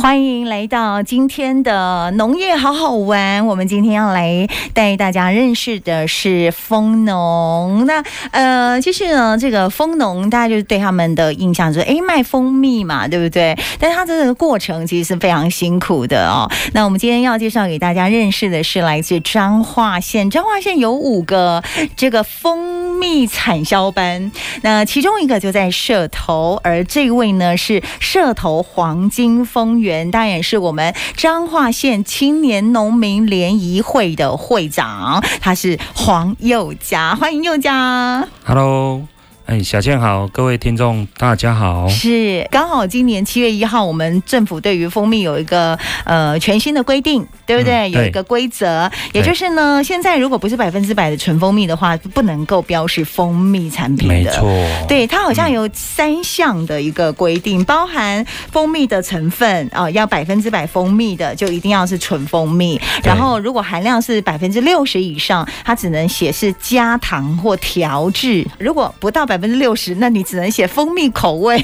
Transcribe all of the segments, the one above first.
欢迎来到今天的农业好好玩。我们今天要来带大家认识的是蜂农。那呃，其实呢，这个蜂农大家就是对他们的印象就是，诶，卖蜂蜜嘛，对不对？但是它这个过程其实是非常辛苦的哦。那我们今天要介绍给大家认识的是来自彰化县，彰化县有五个这个蜂蜜产销班，那其中一个就在社头，而这位呢是社头黄金丰源，当然也是我们彰化县青年农民联谊会的会长，他是黄宥嘉，欢迎宥嘉。 Hello，哎，小倩好，各位听众大家好。是，刚好今年七月一号，我们政府对于蜂蜜有一个呃全新的规定，对不对？嗯有一对个规则，也对就是呢，现在如果不是百分之百的纯蜂蜜的话，不能够标示蜂蜜产品的。没错， 对，它好嗯像有三项的一个规定，包含蜂蜜的成分啊、呃要百分之百蜂蜜的，就一定要是纯蜂蜜。然后如果含量是百分之六十以上，它只能写是加糖或调制；如果不到百分之六十，那你只能写蜂蜜口味。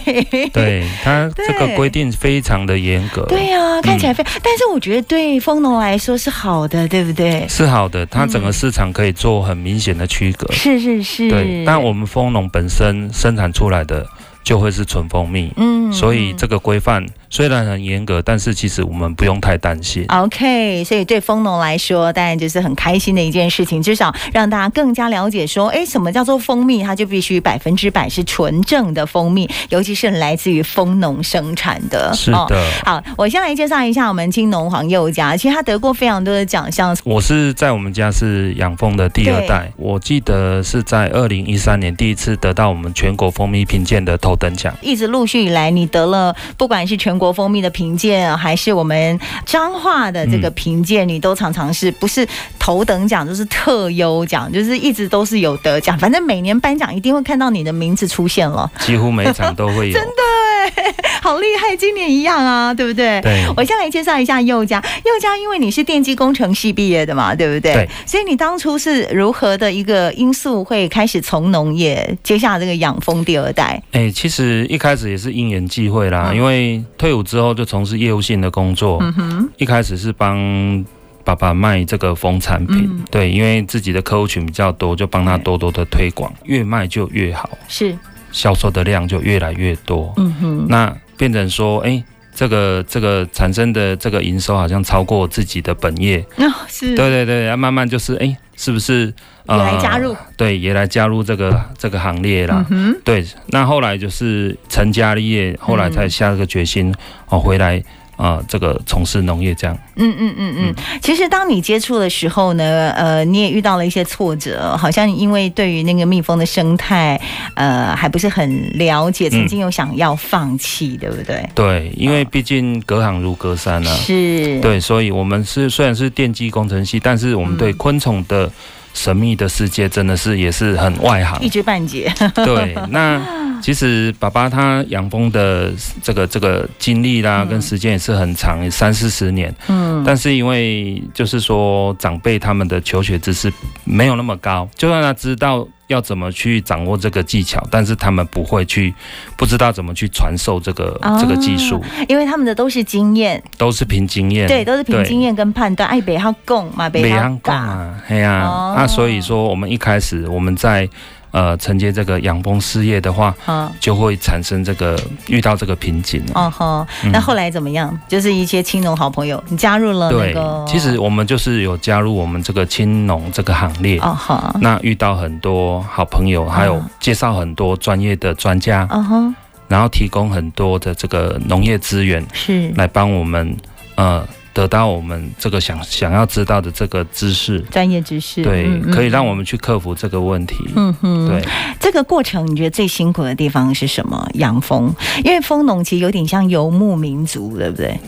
对，它对这个规定非常的严格。对呀、看起来非，但是我觉得对蜂农来说是好的，对不对？是好的，它整嗯个市场可以做很明显的区隔。是是是。对，但我们蜂农本身生产出来的就会是纯蜂蜜，嗯所以嗯这个规范虽然很严格，但是其实我们不用太担心。 OK，所以对蜂农来说，当然就是很开心的一件事情，至少让大家更加了解说，哎，什么叫做蜂蜜？它就必须百分之百是纯正的蜂蜜，尤其是来自于蜂农生产的。哦是的。。好，我先来介绍一下我们金农黄宥嘉，其实他得过非常多的奖项。我是在我们家是养蜂的第二代，我记得是在二零一三年第一次得到我们全国蜂蜜评鉴的头等奖。一直陆续以来，你得了不管是全国蜂蜜的评鉴，啊还是我们彰化的这个评鉴，你都常常是不是头等奖就是特优奖，就是一直都是有得奖。反正每年颁奖一定会看到你的名字出现了，几乎每一场都 会有。真的，好厉害！今年一样啊，对不对？对，我先来介绍一下佑嘉，佑嘉因为你是电机工程系毕业的嘛，对不对？对。所以你当初是如何的一个因素会开始从农业接下这个养蜂第二代？哎、其实一开始也是因缘际会啦，嗯因为退伍之后就从事业务性的工作，嗯哼，一开始是帮。爸爸卖这个蜂产品，嗯对，因为自己的客户群比较多，就帮他对多多的推广，越卖就越好，是，销售的量就越来越多。嗯哼，那变成说，哎、这个这个产生的这个营收好像超过自己的本业，那、哦是对对对，啊慢慢就是，哎、是不是呃也来加入，对，也来加入这个这个行列啦。嗯哼，对，那后来就是成家立业，后来才下这个决心、哦，回来啊、呃这个从事农业这样。嗯嗯嗯嗯，其实当你接触的时候呢，呃，你也遇到了一些挫折，好像因为对于那个蜜蜂的生态，呃，还不是很了解，曾经有想要放弃，对不对？对，因为嗯毕竟隔行如隔山啊。是，，对，所以我们是虽然是电机工程系，但是我们对嗯昆虫的神秘的世界真的是也是很外行一。知半解，对，那其实爸爸他养蜂的这个这个经历啦，嗯跟时间也是很长，也三四十年。嗯，但是因为就是说长辈他们的求学知识没有那么高，就算他知道要怎么去掌握这个技巧，但是他们不会去，不知道怎么去传授这个、哦这个技术，因为他们的都是经验，都是凭经验。对，都是凭对经验跟判断，爱北好供嘛，北没好养干啊，哎呀、哦那所以说我们一开始我们在呃承接这个养蜂事业的话，啊。就会产生这个遇到这个瓶颈了。哦吼，嗯那后来怎么样？就是一些青农好朋友，你加入了那对个，，其实我们就是有加入我们这个青农这个行列，哦吼，那遇到很多好朋友，还有嗯介绍很多专业的专家，哦吼，然后提供很多的这个农业资源是，来帮我们，呃，得到我们这个想想要知道的这个知识，专业知识，对嗯，嗯可以让我们去克服这个问题。嗯哼，对，，这个过程你觉得最辛苦的地方是什么？养蜂，因为蜂农其实有点像游牧民族，对不对？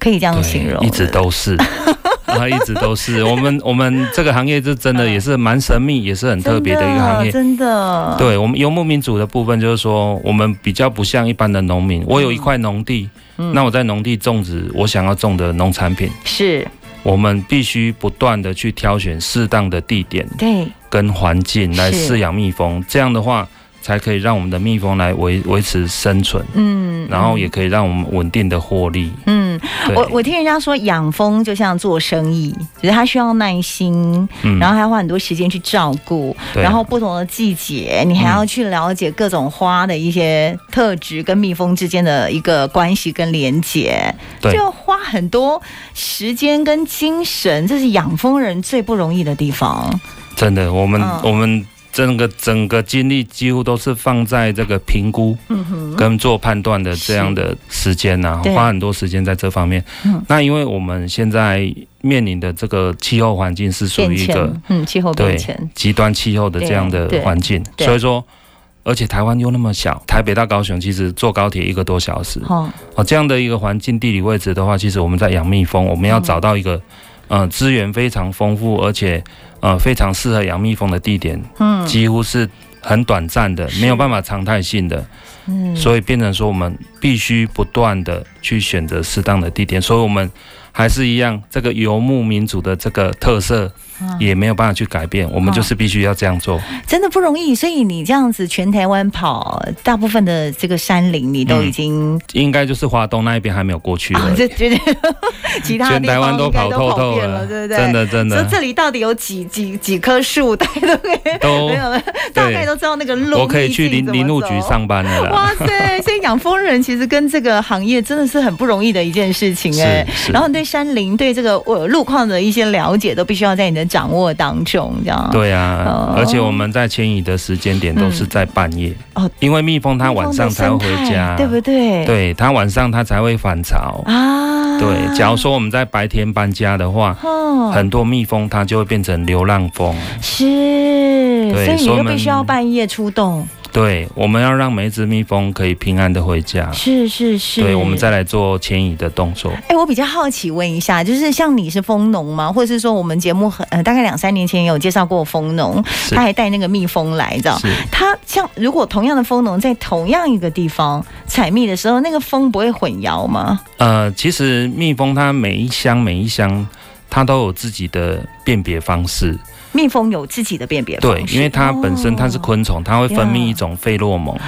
可以这样形容，对一直对 都是。啊，一直都是我们我们这个行业，就真的也是蛮神秘，也是很不对特别的一个行业。真的，真的，对我们游牧民族的部分，就是说我们比较不像一般的农民。我有一块农地，嗯那我在农地种植我想要种的农产品，是我们必须不断的去挑选适当的地点对，跟环境来是饲养蜜蜂。这样的话，才可以让我们的蜜蜂来维维持生存，嗯， 然后也可以让我们稳定的获利。嗯，对我我听人家说养蜂就像做生意，只是它需要耐心，嗯然后还要花很多时间去照顾，对啊然后不同的季节，你还要去了解各种花的一些特质跟蜜蜂之间的一个关系跟连结，对就要花很多时间跟精神，这是养蜂人最不容易的地方。真的，我们、嗯我们整个整个精力几乎都是放在这个评估嗯哼，跟做判断的这样的时间呐、对花很多时间在这方面。嗯那因为我们现在面临的这个气候环境是属变于一个迁，嗯，气候变对迁，极端气候的这样的对对环境，对所以说。而且台湾又那么小，台北到高雄其实坐高铁一个多小时哈、哦，哦，这样的一个环境地理位置的话，其实我们在养蜜蜂，我们要嗯找到一个呃资源非常丰富，而且呃非常适合养蜜蜂的地点，嗯几乎是很短暂的，是没有办法常态性的，嗯，所以变成说我们必须不断的去选择适当的地点，所以我们还是一样，这个游牧民族的这个特色嗯也没有办法去改变，我们就是必须要这样做。真的不容易，所以你这样子全台湾跑，大部分的这个山林你嗯都已经、应该就是华东那一边还没有过去啊 而已，这绝对其他全啊地台湾方都应该跑都透透遍了，对不对？真。的真所以的这里到底有几几几棵树，大家都都没有了， 大概都知道那个路。哦我可以去秘境林怎么林务走局。上班了啦。哇塞！ 所以养蜂人其实跟这个行业真的是很不容易的一件事情哎、是是然后你对山林、对这个呃路况的一些了解，都必须要在你的掌握当中，这样。。对啊哦，而且我们在迁移的时间点都是在半夜嗯哦，因为蜜蜂它晚上才会回家，对不对？对？它晚上它才会返巢。啊。对，假如说我们在白天搬家的话，哦，很多蜜蜂它就会变成流浪蜂。是，所对以你所以就我们必须要半夜出动，对，我们要让每一只蜜蜂可以平安的回家。是是是。对，我们再。来做迁移的动作。哎、我比较好奇问一下，就是像你是蜂农吗？或者是说我们节目很、呃、大概两三年前也有介绍过蜂农，是他还带那个蜜蜂来，知道？是。他像如果同样的蜂农在同样一个地方采蜜的时候，那个蜂不会混淆吗？呃，其实蜜蜂它每一箱每一箱，它都有自己的辨别方式。蜜蜂有自己的辨别方对，式因为它本身它是哦昆虫，它会分呀泌一种费洛蒙，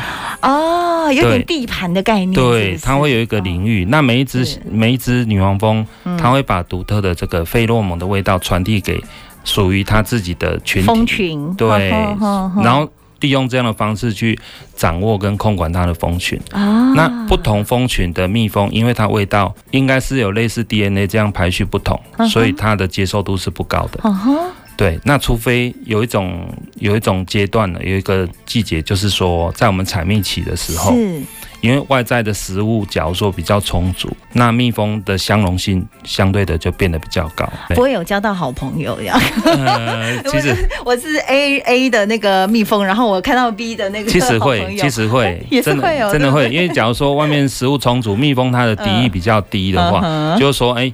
哦，有点对地盘的概念，是对，不是哦它会有一个领域。那每一只是每一只女王蜂，它会把独特的这个费洛蒙的味道传递给属于它自己的群蜂体，群，哦对呵呵呵然后利用这样的方式去掌握跟控管它的蜂群。啊，那不同蜂群的蜜蜂，因为它味道应该是有类似 DNA 这样排序不同嗯哼，所以它的接受度是不高的。嗯哼，对，那除非有一种有一种阶段呢，有一个季节，就是说在我们采蜜期的时候，是因为外在的食物假如说比较充足，那蜜蜂的相容性相对的就变得比较高。不会有交到好朋友呀。呃，其实 我是 A A 的那个蜜蜂，然后我看到 B 的那个其实好朋会，友，其实会也是真会哦的真的对嗯会，因为假如说外面食物充足，蜜蜂它的敌意比较低的话，嗯哼就是说，哎，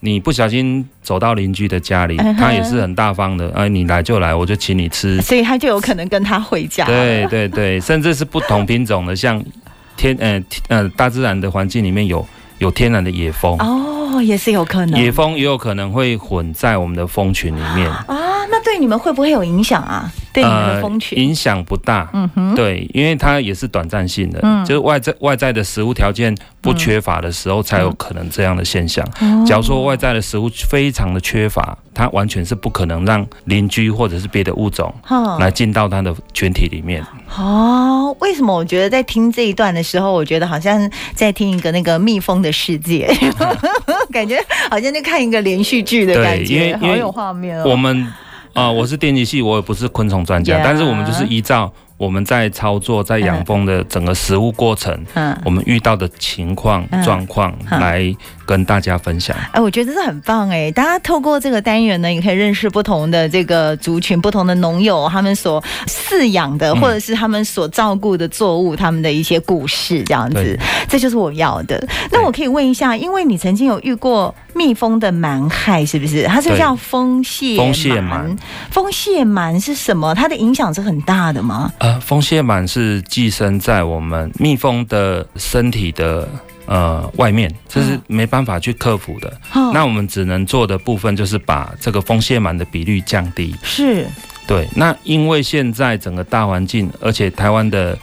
你不小心走到邻居的家里嗯，哼它也是很大方的，哎，你来就来，我就请你吃所以他就有可能跟他回家。对，对对，甚至是不同品种的，像天呃天呃大自然的环境里面有有天然的野蜂，哦，也是有可能野蜂也有可能会混在我们的蜂群里面。啊。那对你们会不会有影响啊？对你们的蜂呃、群，影响不大，嗯哼，对，因为它也是短暂性的，嗯就是外在外在的食物条件不缺乏的时候，才有可能这样的现象。哦假如说外在的食物非常的缺乏，它完全是不可能让邻居或者是别的物种哈来进到它的群体里面。哦，为什么我觉得在听这一段的时候，我觉得好像在听一个那个蜜蜂的世 界，感觉好像在看一个连续剧的对感觉，因为因好为有画面哦。我们啊、呃我是电机系，我也不是昆虫专家 Yeah 但是我们就是依照我们在操作、在养蜂的整个食物过程，嗯。我们遇到的情况嗯、状况嗯来跟大家分享。哎，我觉得这很棒哎！大家透过这个单元呢，也可以认识不同的这个族群、不同的农友，他们所饲养的，嗯或者是他们所照顾的作物，他们的一些故事，这样子对，这就是我要的。那对我可以问一下，因为你曾经有遇过蜜蜂的蛮害，是不是？它是对叫蜂蟹蜂蟹蛮螨。蜂蟹蛮是什么？它的影响是很大的吗？呃，蜂蟹螨是寄生在我们蜜蜂的身体的。呃，外面这是嗯没办法去克服的。哦那我们只能做的部分就是把这个蜂蟹螨的比率降低。是对，那因为现在整个大环境，而且台湾的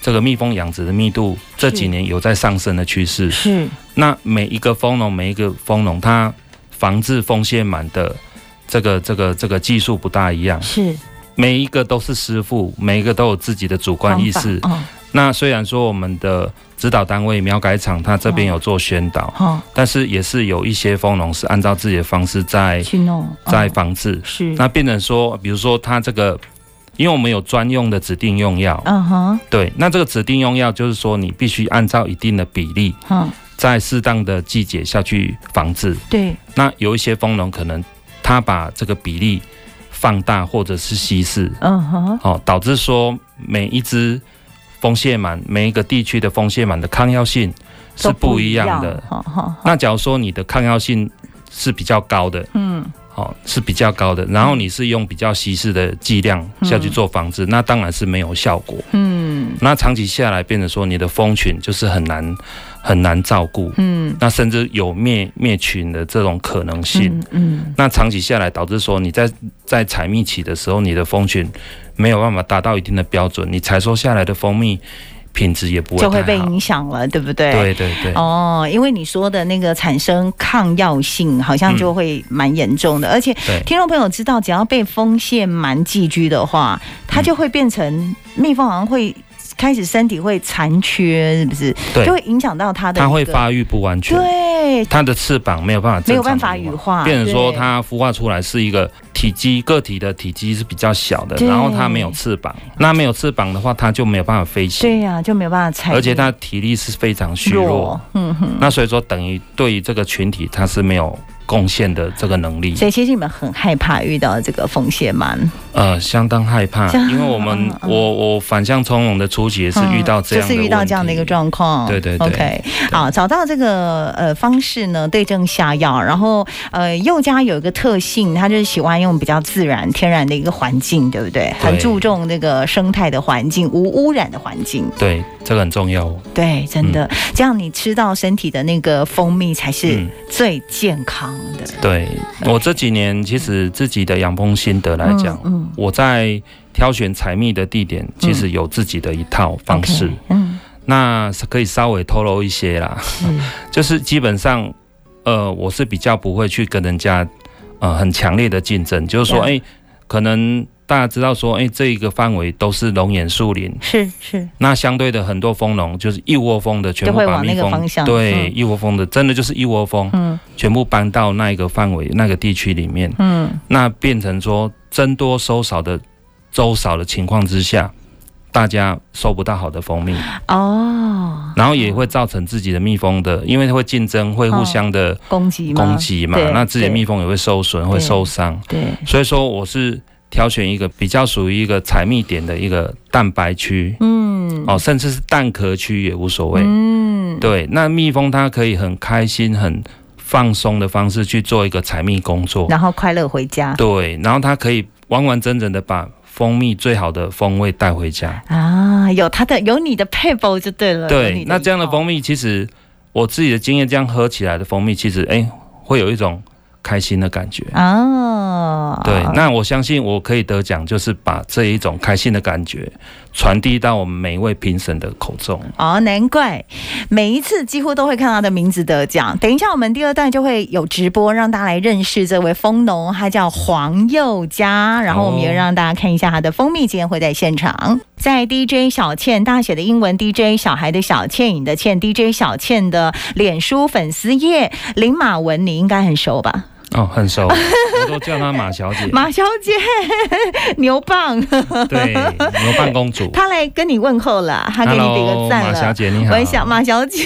这个蜜蜂养殖的密度这几年有在上升的趋势，是那每一个蜂农，每一个蜂农，它防治蜂蟹螨的这个这个这个技术不大一样，是每一个都是师傅，每一个都有自己的主观意识。方法哦那虽然说我们的指导单位苗改厂，它这边有做宣导，哦但是也是有一些蜂农是按照自己的方式在哦去弄在哦防治。是那变成说，比如说它这个，因为我们有专用的指定用药，嗯哼对，那这个指定用药就是说你必须按照一定的比例，嗯在适当的季节下去防治。对那有一些蜂农可能他把这个比例放大或者是稀释，嗯哼哦，导致说每一只蜂蟹螨，每一个地区的蜂蟹螨的抗药性是都不一样的。好好好那假如说你的抗药性是比较高的，嗯哦，是比较高的，然后你是用比较稀释的剂量下去做防治，那当然是没有效果。嗯那长期下来，变成说你的蜂群就是很难很难照顾，嗯那甚至有灭灭群的这种可能性。嗯嗯那长期下来，导致说你在在采蜜期的时候，你的蜂群没有办法达到一定的标准，你采收下来的蜂蜜品质也不会就会太被好。影响了，对不对？对对对，哦，因为你说的那个产生抗药性，好像就会蛮严重的。而且嗯对听众朋友知道，只要被蜂蟹蛮寄居的话，它就会变成蜜蜂，好像会开始身体会残缺，是不是？对就会影响到它的一个。它会发育不完全，对，它的翅膀没有办法没正有常办地法羽化，变成说对它孵化出来是一个体积个体的体积是比较小的，对然后它没有翅膀，那没有翅膀的话，它就没有办法飞行，对呀、就没有办法采，而且它体力是非常虚弱，，嗯哼。那所以说等于对于这个群体它是没有贡献的这个能力，所以其实你们很害怕遇到这个风蟹蛮，呃，相当害怕相，因为我们嗯嗯我我反向从容的初期也是遇到这样嗯就的是遇到这样的一个问题状况。对对对 OK，好，找到这个呃方式呢，对症下药。然后呃，佑家有一个特性，他就是喜欢用比较自然、天然的一个环境，对不对？很注重那个生态的环境、无污染的环境。对，这个很重要哦。对，真的，这样你吃到身体的那个蜂蜜才是嗯，最健康的。对我这几年其实自己的养蜂心得来讲，嗯，嗯我在挑选采蜜的地点，其实有自己的一套方式， OK，嗯，那是可以稍微透露一些啦。 是，就是基本上，呃，我是比较不会去跟人家呃很强烈的竞争，就是说，了哎、可能大家知道说，哎、这一个范围都是龙眼树林，是是，那相对的很多蜂农就是一窝蜂的全部就会把往蜜那个蜂，方向对，嗯一窝蜂的真的就是一窝蜂，嗯全部搬到那一个范围那个地区里面，嗯，那变成说增多收少的周少的情况之下，大家收不到好的蜂蜜，哦，然后也会造成自己的蜜蜂的，因为会竞争，会互相的攻击吗？攻击嘛哦对，那自己的蜜蜂也会受损，会对受伤，对，所以说我是挑选一个比较属于一个采蜜点的一个蛋白区。嗯，哦，甚至是蛋壳区也无所谓。嗯，对，那蜜蜂它可以很开心、很放松的方式去做一个采蜜工作。然后快乐回家对，然后它可以完完整整的把蜂蜜最好的风味带回家。啊，有他的有你的配包就对了。有对呃你，哦那这样的依靠蜂蜜其实我自己的经验，这样喝起来的蜂蜜其实哎、会有一种开心的感觉。啊，对，那我相信我可以得奖，就是把这一种开心的感觉传递到我们每一位评审的口中。哦，难怪每一次几乎都会看到他的名字得奖。等一下，我们第二段就会有直播，让大家来认识这位蜂农，他叫黄宥嘉。然后我们也哦让大家看一下他的蜂蜜，今天会在现场，在 DJ 小倩大写的英文 DJ 小孩的小倩影的倩 DJ 小倩的脸书粉丝页，林马文你应该很熟吧？哦，很熟，我都叫她马小姐。 马小姐，牛棒，对，牛蒡公 主。她来跟你问候了，她给你比 Hello，个赞马小了。姐你好。文祥，马小姐，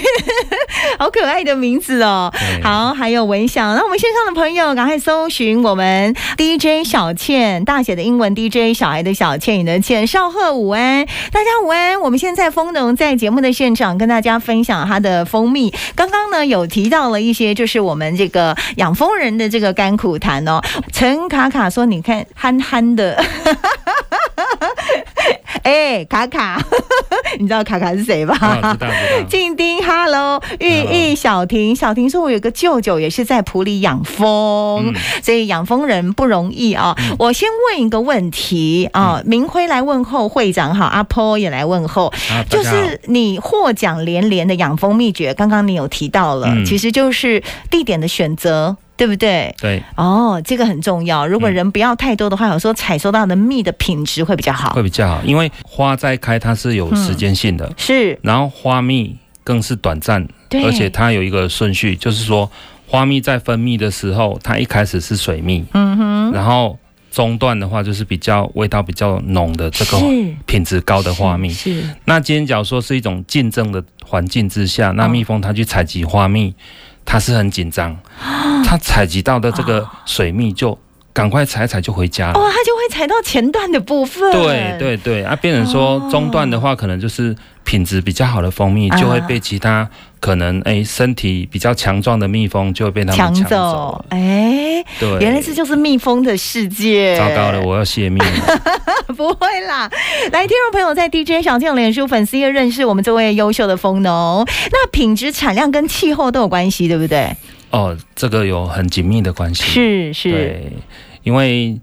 好可爱的名字哦。对，好，还有文祥，那我们线上的朋友赶快搜寻我们 DJ 小倩，大写的英文 DJ 小孩的小倩，你的倩，少贺午安，大家午安。我们现在丰农在节目的现场跟大家分享它的蜂蜜，刚刚呢有提到了一些，就是我们这个养蜂人的这个甘苦谈哦。陈卡卡说，你看憨憨的。 哎，卡卡， 你知道卡卡是谁吧？啊，知道知道。静丁，Hello，玉意，小婷，小婷说，我有个舅舅也是在埔里养蜂，嗯所以养蜂人不容易啊、我先问一个问题啊，嗯明辉来问候会长好，阿坡也来问候，啊，大就家好是你获奖连连的养蜂秘诀，刚刚你有提到了，嗯其实就是地点的选择。对不对？对，哦，这个很重要。如果嗯人不要太多的话，有时候采收到的蜜的品质会比较好。会比较好，因为花在开它是有时间性的，是，然后花蜜更是短暂，嗯对，而且它有一个顺序，就是说花蜜在分泌的时候，它一开始是水蜜，嗯哼，然后中段的话就是比较味道比较浓的这个是品质高的花蜜。是是那今天假如说是一种竞争的环境之下，那嗯蜜蜂它去采集花蜜，它是很紧张，啊它采集到的这个水蜜就赶快采一采就回家了。哦，它就会踩到前段的部分。对，对对，啊，变成说哦中段的话，可能就是品质比较好的蜂蜜啊就会被其他可能哎身体比较强壮的蜜蜂就会被它抢们抢走走了。。哎，对，原来这就是蜜蜂的世界。糟糕了，我要泄密了。 不会啦。来，听众朋友在 DJ 小健脸书粉丝页认识我们这位优秀的蜂农，那品质、产量跟气候都有关系，对不对？哦，这个有很紧密的关系。，是是。对，因为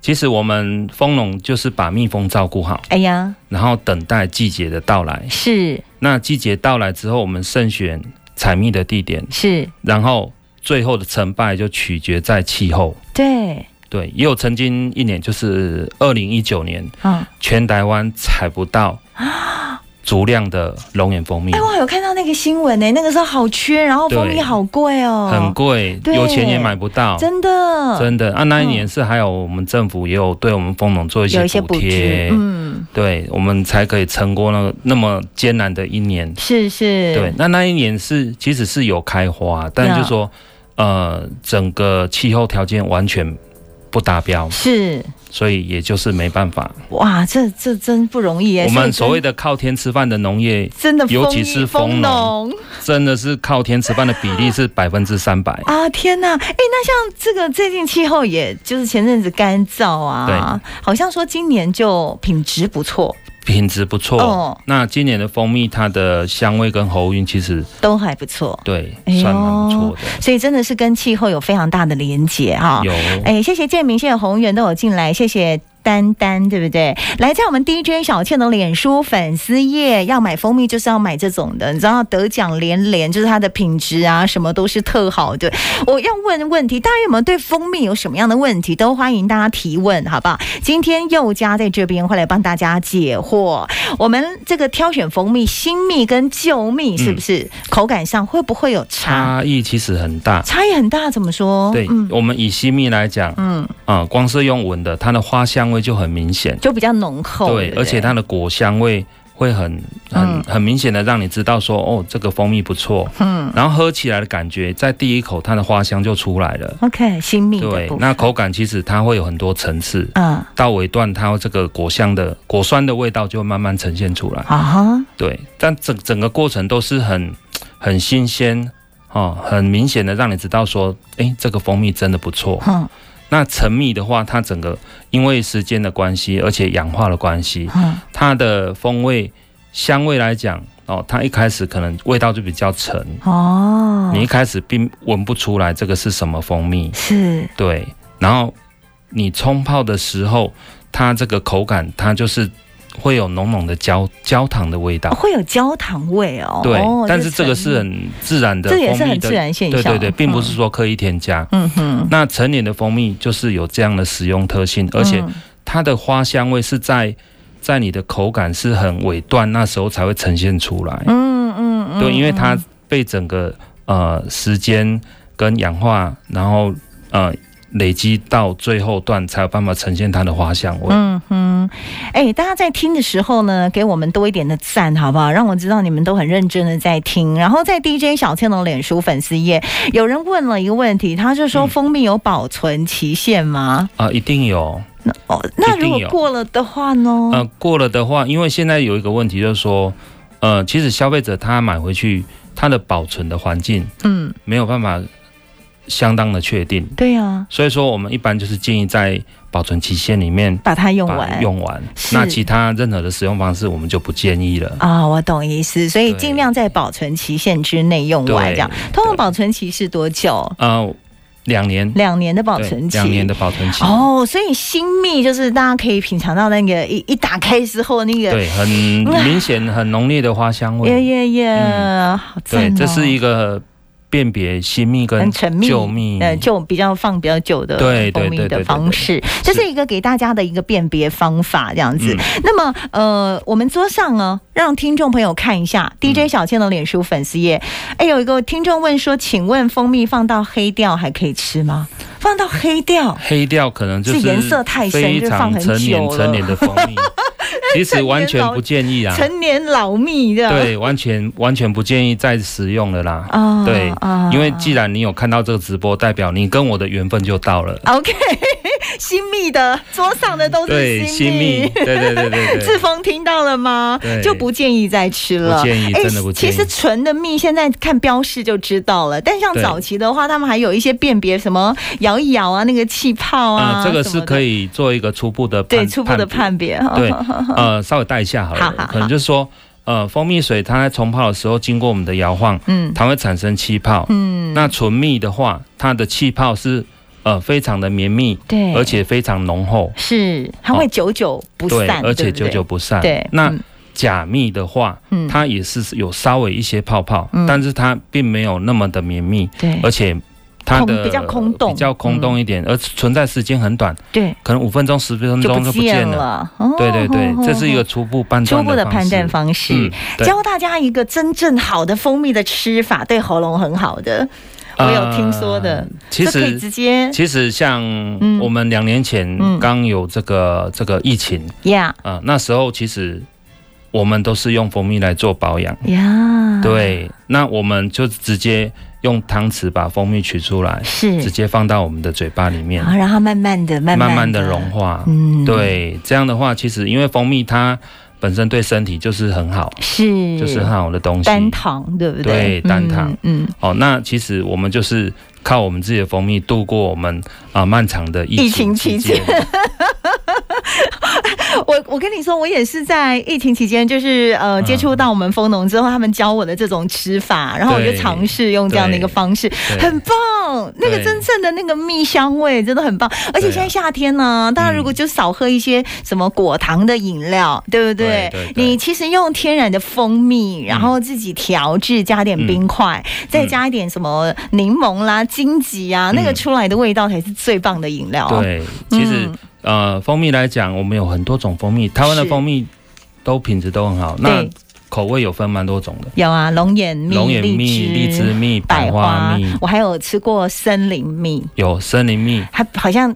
其实我们蜂农就是把蜜蜂照顾好，哎呀，然后等待季节的到来。是那季节到来之后，我们慎选采蜜的地点，是，然后最后的成败就取决在气候。对，对，也有曾经一年就是二零一九年，嗯，全台湾采不到足量的龙眼蜂蜜哎，，我有看到那个新闻呢、那个时候好缺，然后蜂蜜对好贵哦，很贵，对有钱也买不到。真的，嗯真的啊，那一年是还有我们政府也有对我们蜂农做一有些一些补补贴贴，，嗯，对我们才可以撑过那个那么艰难的一年。是是，对，，那那一年是其实是有开花，呀但就说呃整个气候条件完全不达标，是。所以也就是没办法。哇，这这真不容易耶！我们所谓的的靠天吃饭的农业，真的蜂尤其是蜂蜂农真的是靠天吃饭的比例是百分之三百。啊，天呐，哎，那像这个最近气候也，就是前阵子干燥啊，好像说今年就品质不错，品质不错。哦那今年的蜂蜜，它的香味跟喉韵其实都还不错，对、哎呦算蛮不错的。所以真的是跟气候有非常大的连结哈、有，哎，谢谢建明，谢谢宏源都有进来，谢谢。丹丹对不对？来，在我们 DJ 小倩的脸书粉丝页，要买蜂蜜就是要买这种的，你知道得奖连连，就是它的品质啊，什么都是特好的。我要问问题，大家有没有对蜂蜜有什么样的问题，都欢迎大家提问，好不好？今天佑嘉在这边会来帮大家解惑。我们这个挑选蜂蜜，新蜜跟旧蜜是不嗯是、口感上会不会有差？差异其实很大。差异很大，怎么说？嗯对、嗯我们以西蜜来讲，嗯。啊、光是用闻的，它的花香味就很明显。就比较浓厚，对，不而且它的果香味会很很哦嗯很明显的让你知道说，哦，这个蜂蜜不错。嗯然后喝起来的感觉，在第一口它的花香就出来了。 ，OK，新密的对部，分，那口感其实它会有很多层次。嗯到尾段，它这个果香的果酸的味道就会慢慢呈现出来。啊哈，对，但整整个过程都是很很新鲜哦，很明显的让你知道说，诶，这个蜂蜜真的不错。嗯那陈蜜的话，它整个因为时间的关系，而且氧化的关系，嗯它的风味香味来讲，哦，它一开始可能味道就比较沉，哦，你一开始并闻不出来这个是什么蜂蜜。是对，然后你冲泡的时候，它这个口感它就是会有浓浓的焦焦糖的味道。会有焦糖味哦，对，哦但是这个陈是很自然的这也是蜂蜜很的，自然现象，对对对，并不是说刻意添加。嗯，嗯哼，那成年的蜂蜜就是有这样的使用特性，而且嗯它的花香味是在在你的口感是很尾段那时候才会呈现出来。嗯嗯嗯，对，因为它嗯被整个呃时间跟氧化，然后呃累积到最后段，才有办法呈现它的花香味。嗯哼，哎，大家在听的时候呢，给我们多一点的赞，好不好？让我知道你们都很认真的在听。然后在 DJ 小倩的脸书粉丝页，有人问了一个问题，他就说嗯蜂蜜有保存期限吗？啊、一定有。哦，那如一定果有过了的话呢？呃，过了的话，因为现在有一个问题就是说，呃，其实消费者他买回去，它的保存的环境嗯，没有办法相当的确定。对啊，所以说，我们一般就是建议在保存期限里面把它用把完它。用完。是那其他任何的使用方式，我们就不建议了。啊、我懂意思，所以对尽量在保存期限之内用完，对，这样。通常对保存期是多久？呃两年两年的保对存期。两年的保存期，哦，所以新蜜就是大家可以品尝到那个一一打开之后那个，对，很明显、很浓烈的花香耶味。耶耶，好赞嗯对哦！，这是一个辨别新蜜跟很沉密，旧蜜。呃，就比较放比较久的嗯对对蜂蜜对对的对方对式，这是一个给大家的一个辨别方法，这样子。嗯那么，呃，我们桌上呢，让听众朋友看一下嗯 DJ 小倩的脸书粉丝页。哎、有一个听众问说，请问蜂蜜放到黑掉还可以吃吗？放到黑掉，黑掉可能就是颜色太深非就放常很成久年了成年的蜂 蜜，其实完全不建议啊。成年老蜜的。对，完全完全不建议再食用了啦。啊对啊因为既然你有看到这个直播，代表你跟我的缘分就到了。 OK，新蜜的桌上的都对，是新密，对对 对对志对，峰听到了吗对？就不建议再吃了。不建议哎真的不建议其实纯的蜜现在看标示就知道了，但像对早期的话，他们还有一些辨别什么摇一摇啊，那个气泡啊，啊，这个是可以以做一个初步的对判初步的判判哦别。别。对，呃，稍微带一下好好好了，好可能就是说，呃，蜂蜜水它在冲泡的时候，经过我们的摇晃，嗯它会产生气泡。嗯，那纯蜜的话，它的气泡是呃非常的绵密，对，而且非常浓厚，是它会久久哎不对，散，而且对不久对久不散。对。那嗯假蜜的话，嗯它也是有稍微一些泡泡，嗯但是它并没有那么的绵密，对而且它空的比较空洞嗯比较空洞一点，而存在时间很短，对可能五分钟、十分就钟就不见见了。了。哦对对对吼，这是一吼个初步判初断步的判断方方式。嗯式。，对教大家一个真正好的蜂蜜的吃法，对喉咙很好的，我有听说的。呃其这可以实直接其实像嗯我们两年前嗯刚有这个这个疫情呀啊、呃那时候其实我们都是用蜂蜜来做保养。呀，，对，那我们就直接用汤匙把蜂蜜取出来，直是，接放到我们的嘴巴里面然，后让它慢慢的、慢慢慢慢地的融，化。嗯，，对，这样的话，其实因为蜂蜜它本身对身体就是很好，是，就是很好的东西。嗯单糖，对不对？对单糖嗯，嗯，哦，那其实我们就是靠我们自己的蜂蜜度过我们啊、漫长的疫疫情情期期间。 我我跟你说，我也是在疫情期间，就是呃嗯接触到我们蜂农之后，他们教我的这种吃法，然后我就对尝试用这样的一个方式，对很棒，那个对真正的那个蜜香味真的很棒。啊而且现在夏天呢、大家如果就少喝一些什么果糖的饮料，对不对？对对对你其实用天然的蜂蜜，然后自己调制，加点冰块，再加一点什么柠檬啦、荆棘啊，那个嗯嗯出来的味道才是最棒的饮料。，哦对，其实、嗯呃，蜂蜜来讲，我们有很多种蜂蜜，台湾的是蜂蜜都品质都很好，那对，口味有分蛮多种的，有啊，龙眼蜜、龙眼蜜、荔荔枝蜜、百百花花蜜，，我还有吃过森林蜜，有森林蜜。它好像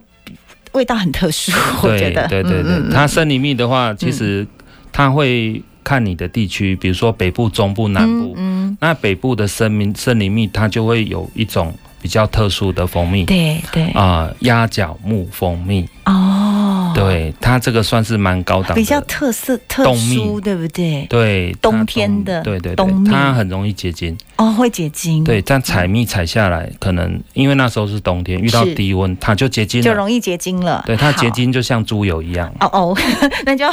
味道很特殊， 我觉对得。对对嗯嗯嗯对，它森林蜜的话，其实它会看你的地区，比如说北部、中部、南部。嗯，嗯那北部的森林森林蜜，它就会有一种比较特殊的蜂蜜。对对啊、鸭脚木蜂蜜，哦，，对它这个算是蛮高档的，比较特色特冻蜜殊，对不对？对它冬天的对对冬对蜜，它很容易结晶。哦，会结晶，对，，但采蜜采下来，可能因为那时候是冬天，遇到是低温，它就结晶就了。容易结晶了。对，它好结。晶就像猪油一样，哦哦， 那就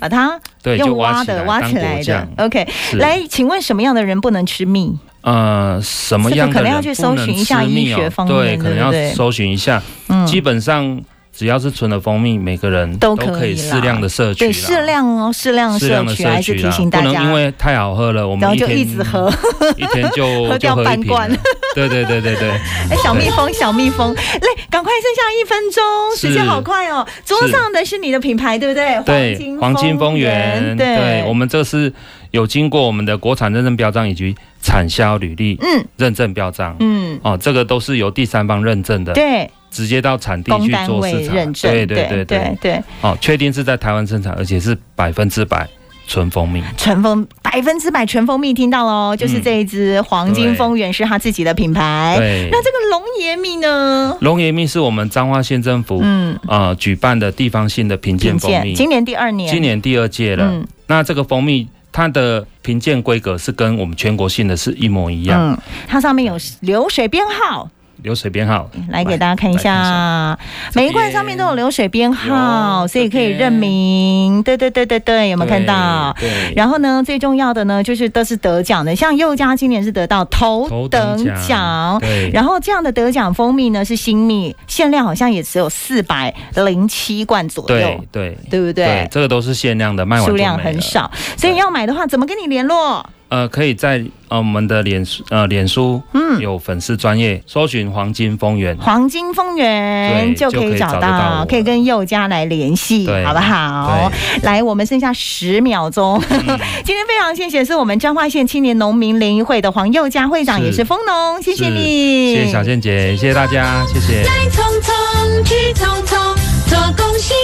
把它对，就用挖挖起的来挖当起来果的酱。 OK，是来，请问什么样的人不能吃蜜？呃，什么样这个可能的人要去搜寻一下不能吃蜜医哦学方面对，可能要对不对搜寻一下。嗯，基本上只要是纯的蜂蜜，每个人都可以啦可以适量的摄取啦，对，适量哦，适量适摄量的取，摄还是取提啦，醒不大能家，因为太好喝了，我然们后一就天一直 喝，一天喝 就掉就喝一半瓶罐了。对对对对 对，哎，小蜜蜂，小蜜蜂，来，赶快，剩下一分钟，是时间好快哦。桌上的是你的品牌，对不对？对，黄金蜂蜂园，对对，我们这是有经过我们的国产认证标章以及产销履历嗯认证标章。嗯，哦，这个都是由第三方认证的，对，直接到产地公去单做位市场。认证，对对对对，对对，哦，确定是在台湾生产，而且是百分之百纯蜂蜜。纯蜂百分之百纯蜂蜜，听到喽，就是嗯这一支黄金对蜂园是他自己的品牌。对，哎那这个龙爷蜜呢？龙岩蜜是我们彰化县政府嗯，啊、呃举办的地方性的评鉴品蜂鉴，蜜，今年第二年，今年第二届了。嗯那这个蜂蜜它的评嗯鉴规格是跟我们全国性的是一模一样。嗯，它上面有流水编号，流水编号，来给大家看一下，这每边一罐上面都有流水编号，有所以可以这边认明。对对对对对，有没有看到？对，对然后呢，最重要的呢，就是都是得奖的，像佑嘉今年是得到头头等等奖哎奖，，对，然后这样的得奖蜂蜜呢是新蜜，限量好像也只有四百零七罐左右对，对对不对？这个都是限量的，卖完就数没量了很。少，所以要买的话怎么跟你联络？呃，可以在呃我们的脸书呃脸书嗯有粉丝专业搜寻黄金风源，黄金丰源对就可就可以以找到，找得到我可以跟佑嘉来联系，对好不好？来，我们剩下十秒钟，嗯今天非常谢谢是我们彰化县青年农民联谊会的黄佑嘉会长，是也是丰农，谢谢是你，谢谢小倩姐，谢谢大家，谢谢。来冲冲去冲冲，做贡献